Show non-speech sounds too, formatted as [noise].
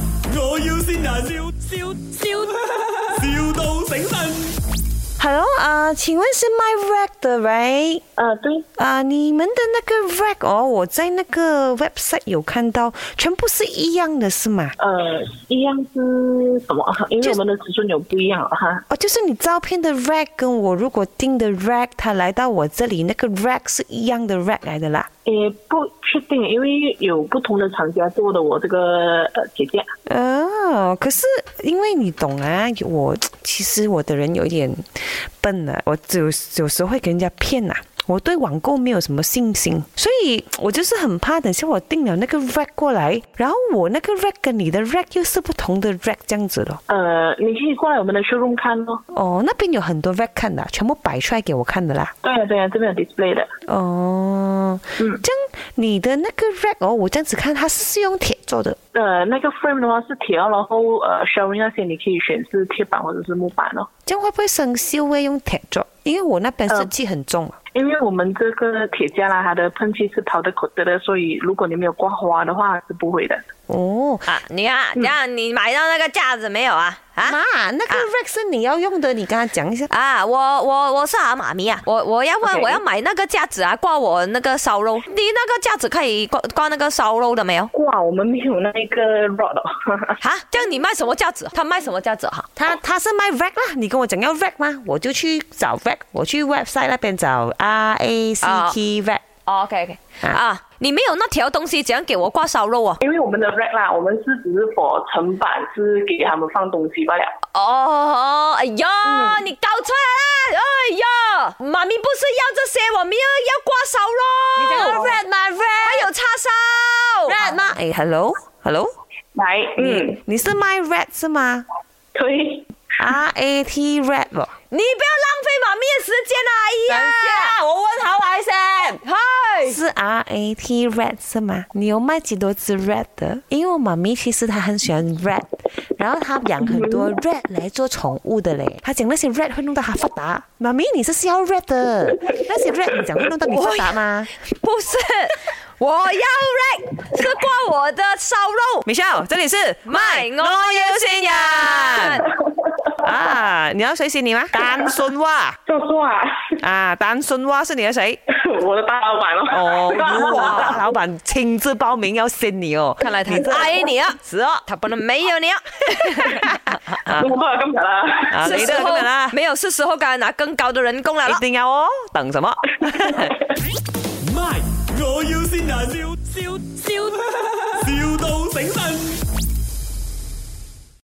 要先人，笑笑笑，,笑到醒神。 Hello 啊、请问是卖 rag 的 right？呃，对，啊、你们的那个 rag 哦，我在那个 website 有看到，全部是一样的，是吗？呃，一样是什么？因为就我们的尺寸有不一样啊哈。哦，就是你照片的 rag 跟我如果订的 rag，它来到我这里那个 rag 是一样的 rag 来的啦。也不确定，因为有不同的厂家做的。我这个呃姐姐，哦，可是因为你懂啊，我其实我的人有一点笨啊，我只有有时候会给人家骗呐、我对网购没有什么信心，所以我就是很怕，等下我订了那个 rack 过来，然后我那个 rack 跟你的 rack 又是不同的 rack 这样子咯。呃，你可以过来我们的 showroom 看咯。哦，那边有很多 rack 看的啊，全部摆出来给我看的啦。对呀、对呀、这边有 display 的。哦，这样你的那个 rack 哦，我这样子看它是是用铁做的。呃，那个 frame 的话是铁哦，然后呃 s h o w r o o m 那些你可以选是铁板或者是木板哦。这样会不会生锈会用铁做？因为我那边设嗯计很重啊。因为我们这个铁架啦，它的喷漆是跑得口的的，所以如果你没有挂花的话是不会的。哦，啊，你啊，这样你买到那个架子没有啊？啊？妈，那个 rack 是你要用的，你跟他讲一下。啊，我我我是啊，妈咪啊，我我要问 OK 我要买那个架子啊，挂我那个烧肉。你那个架子可以挂挂那个烧肉的没有？挂我们没有那个 rod 哦。哈，这样你卖什么架子？他卖什么架子啊哈？他他是卖 rack 啦，你跟我讲要 rack 吗？我就去找 rack，我去 website 那边找 R A C T rack。哦，OK OK，啊啊，你没有那条东西，怎样给我挂烧肉啊？因为我们的 rack 啦，我们是只是 for 层板，是给他们放东西罢了。哦，哎呦，你搞错了啦！哎呦，妈咪不是要这些，我们要要挂烧肉。啊你讲到 red 吗？red 还有叉烧 Rack 吗？哎，hello，hello，来，嗯，你是卖 rack 是吗可以。 ？R A T rack 哦。你不要浪费妈咪的时间啊！哎呀，我问好来先。嗨，是 R A T red 是吗？你有卖几多只 red 的？因为我妈咪其实她很喜欢 red，然后她养很多 red 来做宠物的嘞。她讲那些 red 会弄到她发达。妈咪，你是需要 red 的，那些 red 你讲会弄到你发达吗不是，我要 red 是挂我的烧肉。 ？Michelle，这里是卖我要新 [laughs] 人，啊，你要谁洗你吗？单孙蛙就说啊， [laughs] 啊，单孙蛙是你的谁？我的大老板哦。 [laughs] 哦，[laughs] 如果大老板亲自报名要信你哦，看来他爱你啊，是哦，他不能没有你啊。我过来干嘛啦？啊，是你时的候根本啦，没有，是时候该拿更高的人工来了一。定要哦，等什么？卖，我要先人，笑笑笑，,